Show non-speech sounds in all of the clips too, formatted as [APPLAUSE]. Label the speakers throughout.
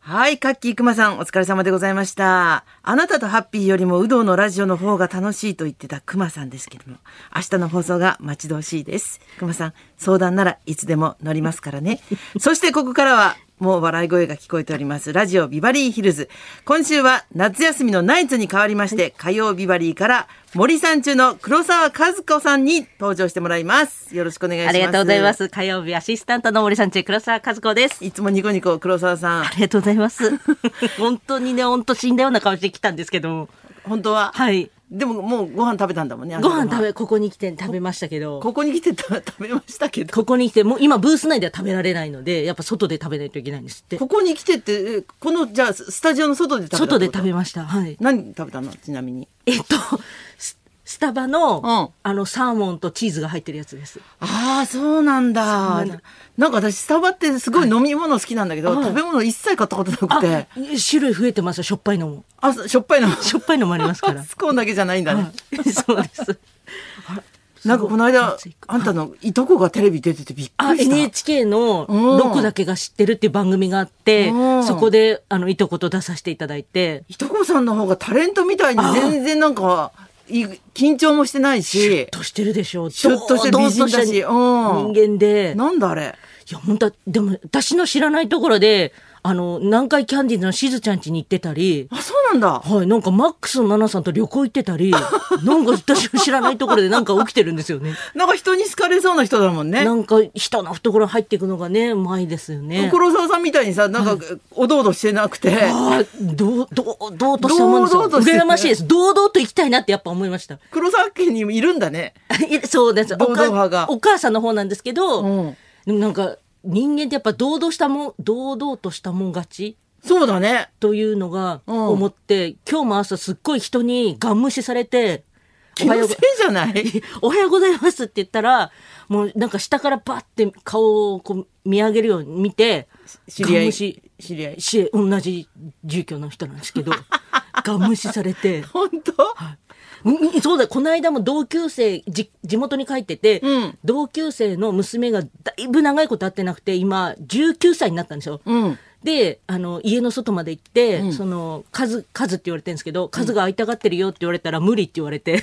Speaker 1: はい、カッキーくまさん、お疲れ様でございました。あなたとハッピーよりも、有働のラジオの方が楽しいと言ってたくまさんですけども、明日の放送が待ち遠しいです。くまさん、相談ならいつでも乗りますから
Speaker 2: [LAUGHS]
Speaker 1: ね。そしてここからは、もう笑い声が聞こえております。ラジオビバリーヒルズ。今週は夏休みのナイツに変わりまして、火曜ビバリーから森さん中の黒沢和子さんに登場してもらいます。よろしくお願いしま
Speaker 2: あ
Speaker 1: す。
Speaker 2: りがとうございま。す。火曜日アシスタントの森さんち、黒沢和子です。
Speaker 1: いつもニコニコ黒沢さん
Speaker 2: あ。りがとうございます。
Speaker 1: [LAUGHS]
Speaker 2: 本当にね、本当死んだような顔してきたんですけど、
Speaker 1: 本当は、
Speaker 2: はい。
Speaker 1: でももうご飯食べたんだもんね。
Speaker 2: ご飯
Speaker 1: 朝
Speaker 2: 食べ、ここに来て食べましたけど、こ
Speaker 1: ここに来てた [LAUGHS] 食べましたけど。
Speaker 2: こに来て、もう今ブース内では食べられないので、やっぱ外で食べないといけないんですって。
Speaker 1: ここに来てって、えこの、じゃあ、ススタジオの外で食べた
Speaker 2: 外で食べ
Speaker 1: ま
Speaker 2: ました。はい。
Speaker 1: 何食べたのちなみに。
Speaker 2: えっと、ススタバ
Speaker 1: う
Speaker 2: の、
Speaker 1: ん
Speaker 2: あの、サーモンとチーズが入ってるやつです。
Speaker 1: ああ、そうなんだ。
Speaker 2: そうな
Speaker 1: なんか私、スタバってすごい飲み物好きなんだけど、
Speaker 2: はい
Speaker 1: 食べ物一切買ったことな
Speaker 2: あ
Speaker 1: くて、、
Speaker 2: 種類増えてますよ。しょっぱいのも。
Speaker 1: あ、しょっぱいの。
Speaker 2: しょっぱいのもありま
Speaker 1: [LAUGHS]
Speaker 2: すから。
Speaker 1: スコーンだけじゃないんだね。
Speaker 2: はいそうです。
Speaker 1: なんかこの間、あんたのいとこがテレビ出ててびっ
Speaker 2: あ
Speaker 1: くりした。
Speaker 2: NHK の「
Speaker 1: うん
Speaker 2: ロコだけが知ってる」っていう番組があって
Speaker 1: うん
Speaker 2: そこであのいとこと出させていただいて
Speaker 1: いとこさんの方がタレントみたいに全然なんか、い緊張もしてないし、
Speaker 2: としてるでしょ
Speaker 1: シュッとして
Speaker 2: 堂
Speaker 1: 美
Speaker 2: 々
Speaker 1: 人
Speaker 2: と
Speaker 1: だし、
Speaker 2: 人
Speaker 1: うん。
Speaker 2: 間で
Speaker 1: なんだあれ。
Speaker 2: いや本当はでも私の知らないところであの南海キャンディーズのしずちゃん家に行ってたり。
Speaker 1: あ、そうなんだ。
Speaker 2: はい。なんか、マックスの奈々さんと旅行行ってた
Speaker 1: [LAUGHS]
Speaker 2: り、なんか私の知らないところでなんか起きてるんですよね。
Speaker 1: なんか人に好かれそうな人だもんね
Speaker 2: な。んか、人の懐に入っていくのがね、うまいですよね。
Speaker 1: 黒沢さんみたいにさ、なんか、おどおどしてなくて。
Speaker 2: ああ、どう、どう、どうとしたもんですよ。
Speaker 1: 堂々としてる
Speaker 2: 羨ましいです。堂々と行きたいなってやっぱ思いました。
Speaker 1: 黒沢家に [LAUGHS] いるんだね。
Speaker 2: いそうです。
Speaker 1: 堂々派が
Speaker 2: お母お母さんの方なんですけど、
Speaker 1: うん
Speaker 2: でもなんか、人間ってやっぱ堂々したもん、堂々としたもん勝ち
Speaker 1: そうだね。
Speaker 2: というのが
Speaker 1: うん
Speaker 2: 思って、今日も朝すっごい人にガン無視されて、
Speaker 1: 気のせいじゃない
Speaker 2: [LAUGHS] おはようございますって言ったら、もうなんか下からバッて顔をこう見上げるように見て、
Speaker 1: 知り合
Speaker 2: ガン
Speaker 1: い。
Speaker 2: 無
Speaker 1: 知
Speaker 2: 視
Speaker 1: り合い。
Speaker 2: し、同じ住居の人なんです
Speaker 1: [LAUGHS]
Speaker 2: けど、ガン無視されて、
Speaker 1: 本当
Speaker 2: うんそうだ、この間も同級生、じ地元に帰ってて、
Speaker 1: うん
Speaker 2: 同級生の娘がだいぶ長いこと会ってなくて、今、19歳になったんですよ。
Speaker 1: うん。
Speaker 2: で、あの、家の外まで行って、
Speaker 1: うん
Speaker 2: その、カズ、カズって言われてるんですけど、カズが会いたがってるよって言われたら無理って言わ
Speaker 1: [LAUGHS]
Speaker 2: れて。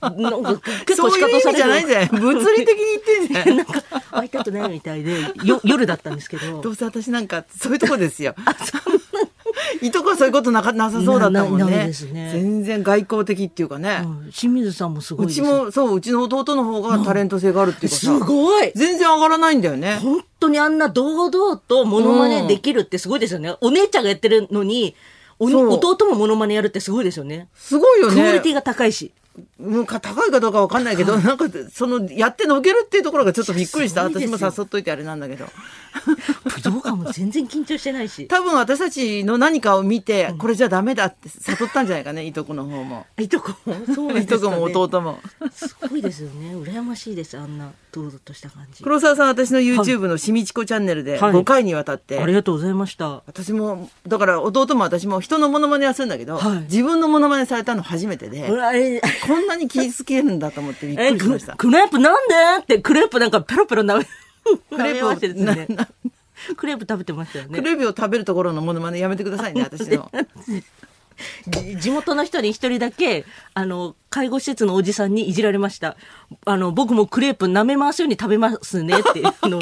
Speaker 2: なんか、結
Speaker 1: そ
Speaker 2: 構
Speaker 1: う
Speaker 2: 仕
Speaker 1: いう
Speaker 2: 方
Speaker 1: 意
Speaker 2: さ
Speaker 1: 味じ
Speaker 2: れて
Speaker 1: ゃないじゃない。物理的に言ってんじゃない。
Speaker 2: [LAUGHS] なんか、会いたくないみたいで、よ夜だったんですけど。
Speaker 1: どうせ私なんか、そういうとこですよ。いとこはそういうことなかなさそうだったもん
Speaker 2: なな
Speaker 1: ね
Speaker 2: いですね
Speaker 1: 全然外交的っていうかね。
Speaker 2: うん清水さんもすごいうです
Speaker 1: ち
Speaker 2: ね。
Speaker 1: も、そう、うちの弟の方がタレント性があるっていうかさ。
Speaker 2: すごい
Speaker 1: 全然上がらないんだよね。
Speaker 2: 本当にあんな堂々とモノマネできるってすごいですよね。お姉ちゃんがやってるのに、お
Speaker 1: そう
Speaker 2: 弟もモノマネやるってすごいですよね。
Speaker 1: すごいよね。
Speaker 2: クオリティが高いし。
Speaker 1: うんか高いかどうかわかんないけど、なんか、その、やってのけるっていうところがちょっとびっくりした。
Speaker 2: いやすごい
Speaker 1: 私
Speaker 2: です
Speaker 1: も
Speaker 2: よ
Speaker 1: 誘っといてあれなんだけど。
Speaker 2: 武道館も全然緊張してないし。
Speaker 1: 多分私たちの何かを見て、これじゃダメだって悟ったんじゃないかね、いとこの方も。
Speaker 2: いとこも、そうなん
Speaker 1: い
Speaker 2: で
Speaker 1: と
Speaker 2: すか
Speaker 1: こ
Speaker 2: ね
Speaker 1: も弟も。
Speaker 2: すごいですよね。羨ましいです。あんな堂々とした感じ。
Speaker 1: 黒沢さん、私の YouTube のしみちこチャンネルで
Speaker 2: はい
Speaker 1: 5回にわたって、
Speaker 2: ありがとうございました。
Speaker 1: 私も、だから弟も私も人のモノマネはするんだけど、
Speaker 2: はい
Speaker 1: 自分のモノマネされたの初めてで、
Speaker 2: 俺あれ、
Speaker 1: こんなに気づけるんだと思ってびっ
Speaker 2: え、
Speaker 1: くりしま
Speaker 2: ク
Speaker 1: した。
Speaker 2: クレープなんでって、クレープなんかペロペロ舐 [LAUGHS] め、
Speaker 1: クレープを
Speaker 2: 舐めましてですね
Speaker 1: なな
Speaker 2: クレープ食べてましたよね
Speaker 1: ク。レープを食べるところのモノマネやめてくださいね、私の。
Speaker 2: じ地元の人に一人だけ、あの、介護施設のおじさんにいじられました。あの、僕もクレープ舐め回すように食べますねっていうのを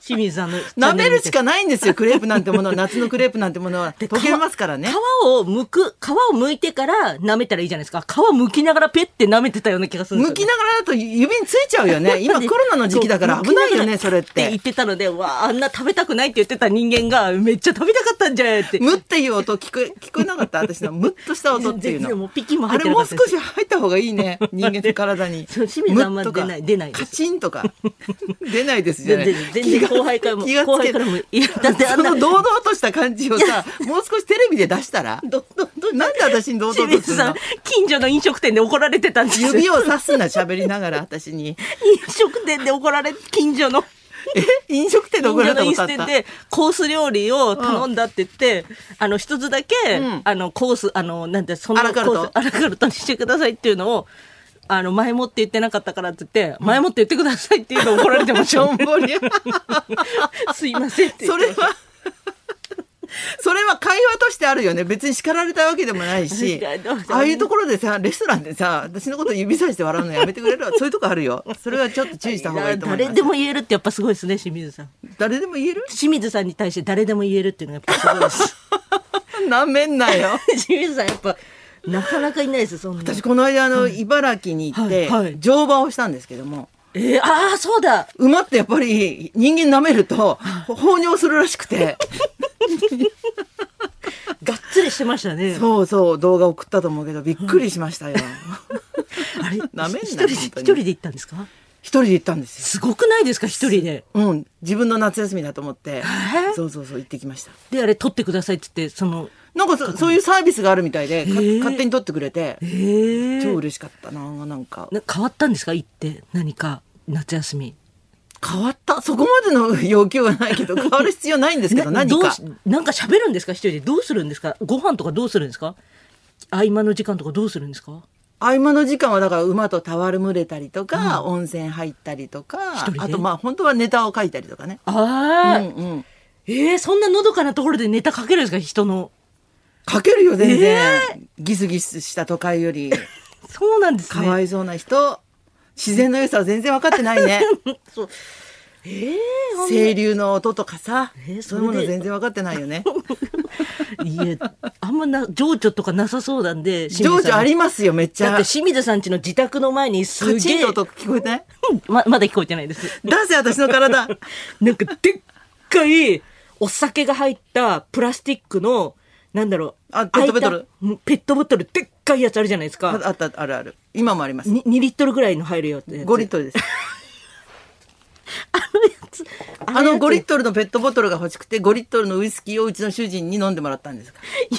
Speaker 2: 清水さんのチャ
Speaker 1: 舐
Speaker 2: ンネ
Speaker 1: め
Speaker 2: ル見
Speaker 1: る
Speaker 2: て。
Speaker 1: しかないん
Speaker 2: [LAUGHS]
Speaker 1: ですよ、クレープなんてものは。夏のクレープなんてものは。
Speaker 2: で
Speaker 1: 溶けますからね。
Speaker 2: 皮を剥く、皮を剥いてから舐めたらいいじゃないですか。皮剥きながらペッて舐めてたような気がするんです
Speaker 1: 剥
Speaker 2: よ
Speaker 1: きながらだと指についちゃうよ
Speaker 2: [LAUGHS]
Speaker 1: ね。今コロナの時期だから
Speaker 2: そう
Speaker 1: 危ないよ
Speaker 2: 剥きが
Speaker 1: ね、
Speaker 2: ら
Speaker 1: それっ。
Speaker 2: 言っててたので、わあ、あんな食べたくないって言ってた人間が、めっちゃ食べたかったんじゃんって。
Speaker 1: むっていう音聞こえ、聞こえなかった私のむっとした音っていう
Speaker 2: [LAUGHS] 全然も
Speaker 1: の
Speaker 2: う。ピキも
Speaker 1: あ
Speaker 2: 入っ
Speaker 1: れ
Speaker 2: てなか
Speaker 1: もう
Speaker 2: った
Speaker 1: 少
Speaker 2: です
Speaker 1: し入った方がいい
Speaker 2: [LAUGHS]
Speaker 1: ね。人間の体に。
Speaker 2: そう清水さんは
Speaker 1: むっとか
Speaker 2: 出ない出ないです
Speaker 1: カチンとか。 [LAUGHS] 出ないですじゃな
Speaker 2: 全
Speaker 1: い。
Speaker 2: 然、全然後輩からも、
Speaker 1: 気が
Speaker 2: 後
Speaker 1: つ
Speaker 2: 輩
Speaker 1: け
Speaker 2: からも、いや、だってあ
Speaker 1: そ
Speaker 2: んな
Speaker 1: の、堂々とした感じをさ、もう少しテレビで出したら。
Speaker 2: どどど
Speaker 1: なんで私に堂
Speaker 2: 清
Speaker 1: 々とす
Speaker 2: 水
Speaker 1: る
Speaker 2: さん
Speaker 1: の、
Speaker 2: 近所の飲食店で怒られてたんですよ。飲
Speaker 1: 指をさすな、喋りながら私に。
Speaker 2: 食店で怒られ、近所の、
Speaker 1: え飲食店で
Speaker 2: 近
Speaker 1: 怒られ
Speaker 2: 所
Speaker 1: たこ
Speaker 2: の飲
Speaker 1: とあっ
Speaker 2: 食
Speaker 1: た。
Speaker 2: 店でコース料理を頼んだって言って、あの、一つだけ、
Speaker 1: うん
Speaker 2: あの、コース、あの、なんて、その
Speaker 1: ア
Speaker 2: コ
Speaker 1: ラカ
Speaker 2: ース
Speaker 1: ルト、
Speaker 2: アラカルトにしてくださいっていうのを、あの、前もって言ってなかったからって言って、前もって言ってく [LAUGHS] ださいっていうのを怒られてまし
Speaker 1: したょ
Speaker 2: よ
Speaker 1: んぼり。
Speaker 2: すいませんって言
Speaker 1: そ [LAUGHS]
Speaker 2: って
Speaker 1: れは、会話としてあるよね。別に叱られたわけでもないし
Speaker 2: どうぞ、
Speaker 1: ああいうところでさ、レストランでさ、私のこと指さして笑うのやめてくれるわ。そういうとこあるよ。それはちょっと注意した方がいいと思います。
Speaker 2: 誰でも言えるってやっぱすごいですね、清水さん。
Speaker 1: 誰でも言える
Speaker 2: [LAUGHS] 清水さんに対して誰でも言えるっていうのがやっぱすごい [LAUGHS] です。
Speaker 1: なめんなよ。
Speaker 2: 清水さんやっぱ、なかなかいないです、そんな。
Speaker 1: 私、この間、あの、茨城に行って、
Speaker 2: はいはい
Speaker 1: 乗馬をしたんですけども、
Speaker 2: えー、ああ、そうだ
Speaker 1: 馬ってやっぱり人間舐めると、放尿するらしくて、
Speaker 2: がっつりしてましたね。
Speaker 1: そうそう、動画送ったと思うけど、びっくりしま
Speaker 2: [LAUGHS]
Speaker 1: したよ。
Speaker 2: あれ
Speaker 1: なめんな
Speaker 2: 一人で、
Speaker 1: 本
Speaker 2: 一
Speaker 1: 当に
Speaker 2: 人で行ったんですか
Speaker 1: 一人で行ったんですよ。
Speaker 2: すごくないですか、一人で。
Speaker 1: うん、自分の夏休みだと思って
Speaker 2: ー、
Speaker 1: そうそうそう、行ってきました。
Speaker 2: で、あれ、取ってくださいって言って、その、
Speaker 1: なんかそそういうサービスがあるみたいで、か
Speaker 2: へえ
Speaker 1: 勝手に撮ってくれて、
Speaker 2: ええ
Speaker 1: 超嬉しかったな、なんか。
Speaker 2: な変わったんですか行って、何か、夏休み。
Speaker 1: 変わったそこまでの要求はないけ
Speaker 2: [LAUGHS]
Speaker 1: ど、変わる必要ないんですけど、
Speaker 2: な
Speaker 1: 何
Speaker 2: どう
Speaker 1: か
Speaker 2: し。なんか喋るんですか一人で。どうするんですかご飯とかどうするんですか合間の時間とかどうするんですか
Speaker 1: 合間の時間はだから馬と戯れたりとか、温泉入ったりと
Speaker 2: 一
Speaker 1: か
Speaker 2: 人で、
Speaker 1: あとまあ本当はネタを書いたりとかね。うん
Speaker 2: ああ、
Speaker 1: うん。
Speaker 2: ええそんなのどかなところでネタかけるんですか人の。
Speaker 1: 書けるよ、全然。ギスギスした都会より、
Speaker 2: そうなんです
Speaker 1: か
Speaker 2: ね。
Speaker 1: わいそうな人。自然の良さは全然分かってないね。
Speaker 2: [LAUGHS] そうええ
Speaker 1: 清流の音とかさ
Speaker 2: えー、
Speaker 1: そういうも
Speaker 2: そ
Speaker 1: の
Speaker 2: れで
Speaker 1: 全然分かってないよね。
Speaker 2: いえ、あんまな、情緒とかなさそうなんで。 [LAUGHS] 清
Speaker 1: 情
Speaker 2: 水さん
Speaker 1: 緒ありますよ、めっち
Speaker 2: だっ
Speaker 1: ゃ
Speaker 2: て。清水さんちの自宅の前にす
Speaker 1: カチ
Speaker 2: げ
Speaker 1: ン
Speaker 2: え
Speaker 1: と、音聞こえてない
Speaker 2: ま、まだ聞こえてないです。
Speaker 1: 出せ、私の
Speaker 2: [LAUGHS]
Speaker 1: 体。
Speaker 2: なんかでっかいお酒が入ったプラスティックの、なんだろう。
Speaker 1: あペットボトル
Speaker 2: 開いたペットボトルでっかいやつあるじゃないです
Speaker 1: あ
Speaker 2: か。
Speaker 1: あった、あるある。今もあります。
Speaker 2: に 2, リットルぐらいの入るよってやつ。
Speaker 1: 5リットルです。
Speaker 2: あのやつ。
Speaker 1: あ
Speaker 2: や
Speaker 1: の
Speaker 2: つ
Speaker 1: 5リットルのペットボトルが欲しくて、5リットルのウイスキーをうちの主人に飲んでもらったんです。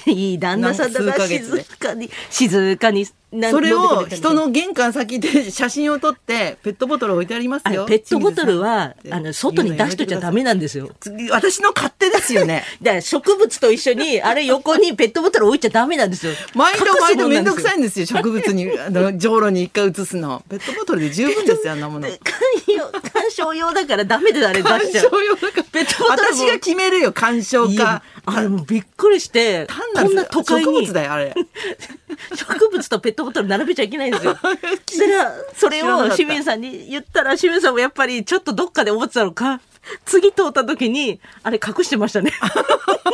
Speaker 2: いやいい旦那さんだ
Speaker 1: なん
Speaker 2: な
Speaker 1: か数ヶ月で
Speaker 2: 静かに静かにな
Speaker 1: それ
Speaker 2: 飲ん
Speaker 1: を
Speaker 2: でくれた
Speaker 1: 人の玄関先で写真を撮って、ペットボトル置いてあります
Speaker 2: あ
Speaker 1: よ。
Speaker 2: のペットボトルは
Speaker 1: 清水さ
Speaker 2: あ
Speaker 1: ん
Speaker 2: の外に出しといちゃダメなんですよ
Speaker 1: 次私の勝手ですよね。
Speaker 2: [LAUGHS] だから植物と一緒にあれ横にペットボトル置いちゃダメなんですよ
Speaker 1: 毎度毎度めんどくさい
Speaker 2: い
Speaker 1: んですよ。植物
Speaker 2: [LAUGHS]
Speaker 1: に、あの、じょうろに一回移すの。ペットボトルで十分ですよ、あんなもの。
Speaker 2: 鑑賞用だからダメであれ出
Speaker 1: 鑑
Speaker 2: しちゃう
Speaker 1: 賞用だから
Speaker 2: ペットボトルも
Speaker 1: 私が決めるよ、鑑賞
Speaker 2: いや
Speaker 1: か。
Speaker 2: あれもうびっくりして
Speaker 1: 単な
Speaker 2: こ
Speaker 1: る
Speaker 2: んな都会に
Speaker 1: 植物だよ、あ
Speaker 2: [LAUGHS]
Speaker 1: れ。
Speaker 2: 植物とペットボトル並べちゃいけないんです
Speaker 1: [LAUGHS]
Speaker 2: よ。それはそれ
Speaker 1: 知らな
Speaker 2: を
Speaker 1: かった
Speaker 2: 清水さんに言ったら清水さんもやっぱりちょっとどっかで思ってたのか次通った時にあれ隠してましたね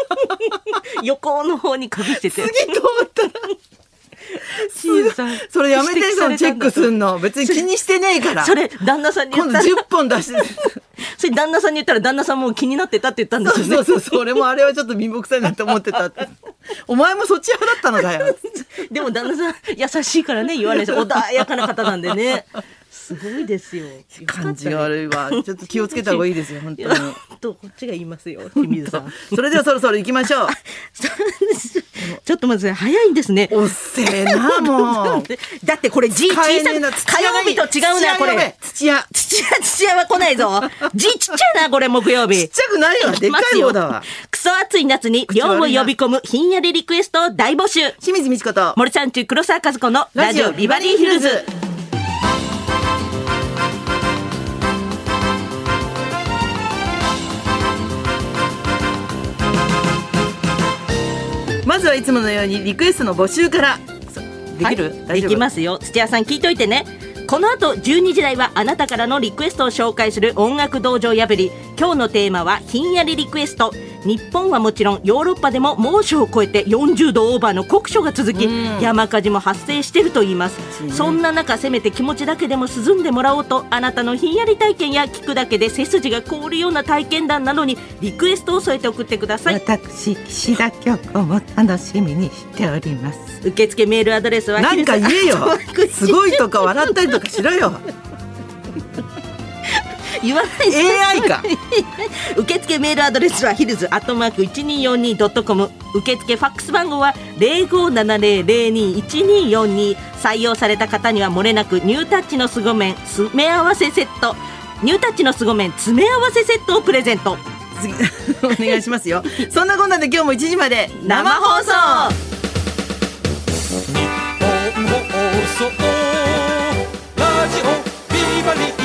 Speaker 1: [LAUGHS]
Speaker 2: 横の方に隠してて
Speaker 1: 次通ったら、
Speaker 2: 清水さん
Speaker 1: それやめて
Speaker 2: 指摘、
Speaker 1: そ
Speaker 2: さ
Speaker 1: の
Speaker 2: れ
Speaker 1: チェッ
Speaker 2: たん
Speaker 1: ク
Speaker 2: だと
Speaker 1: すんの。別に気にしてねえから。
Speaker 2: それ旦那さんに言
Speaker 1: 今
Speaker 2: っ
Speaker 1: 度
Speaker 2: たら
Speaker 1: 10本出して。
Speaker 2: [LAUGHS] それ旦那さんに言ったら旦那さんも気になってたって言ったんですよね
Speaker 1: そうそうそう。俺もあれはちょっと貧乏くさいなって思ってたって。お前もそっち派だったのかよ。
Speaker 2: [LAUGHS] でも旦那さん優しいからね言わないです穏やかな方なんでねすごいですよ
Speaker 1: 感じが悪いわ。ちょっと気をつけた方がいいですよ、本当に。
Speaker 2: とこっちが言いますよ清水さん
Speaker 1: それではそろそろ行きましょう。
Speaker 2: そうですちょっと待ってください早いんですね。
Speaker 1: おっせえな、
Speaker 2: [LAUGHS]
Speaker 1: もう。
Speaker 2: だってこれ G 小さ
Speaker 1: 買え
Speaker 2: い
Speaker 1: ねえな
Speaker 2: 火曜日と違うなこれ。
Speaker 1: 土屋がいい
Speaker 2: 土屋土屋は来ないぞ G ちっちゃいなこれ木曜
Speaker 1: 土屋ち
Speaker 2: 日
Speaker 1: っちゃくないわ。でっかい方だわ
Speaker 2: 来ます。よクソ暑い夏に涼を呼び込むひんやりリクエストを大募集
Speaker 1: 清水美智子と。
Speaker 2: 森ちゃんちゅ黒沢和子のラジオビバリーヒルズ。
Speaker 1: まずはいつものようにリクエストの募集から。そできる、
Speaker 2: はい、
Speaker 1: 大丈
Speaker 2: で
Speaker 1: 夫
Speaker 2: きますよ土屋さん聞いといてねこの後12時台はあなたからのリクエストを紹介する音楽道場破り今日のテーマはひんやりリクエスト日本はもちろんヨーロッパでも猛暑を超えて40度オーバーの酷暑が続き山火事も発生しているといいます
Speaker 1: いね
Speaker 2: そんな中せめて気持ちだけでも涼んでもらおうとあなたのひんやり体験や聞くだけで背筋が凍るような体験談などにリクエストを添えて送ってください
Speaker 3: 私岸田京子も楽しみにしております
Speaker 2: 受付メールアドレスは。
Speaker 1: なんか言え [LAUGHS] よすごいとか笑ったりとかしろよ。
Speaker 2: [LAUGHS]
Speaker 1: [LAUGHS]
Speaker 2: 言わないで
Speaker 1: AI か。
Speaker 2: 受付メールアドレスはヒルズアットマーク 1242.com 受付ファックス番号は0570021242採用された方にはもれなくニュータッチの凄麺詰め合わせセットニュータッチの凄麺詰め合わせセットをプレゼント
Speaker 1: 次お願いしますよ。そんなこんなんで今日も1時まで
Speaker 2: 生放送
Speaker 4: 日本放送ラジオビバリー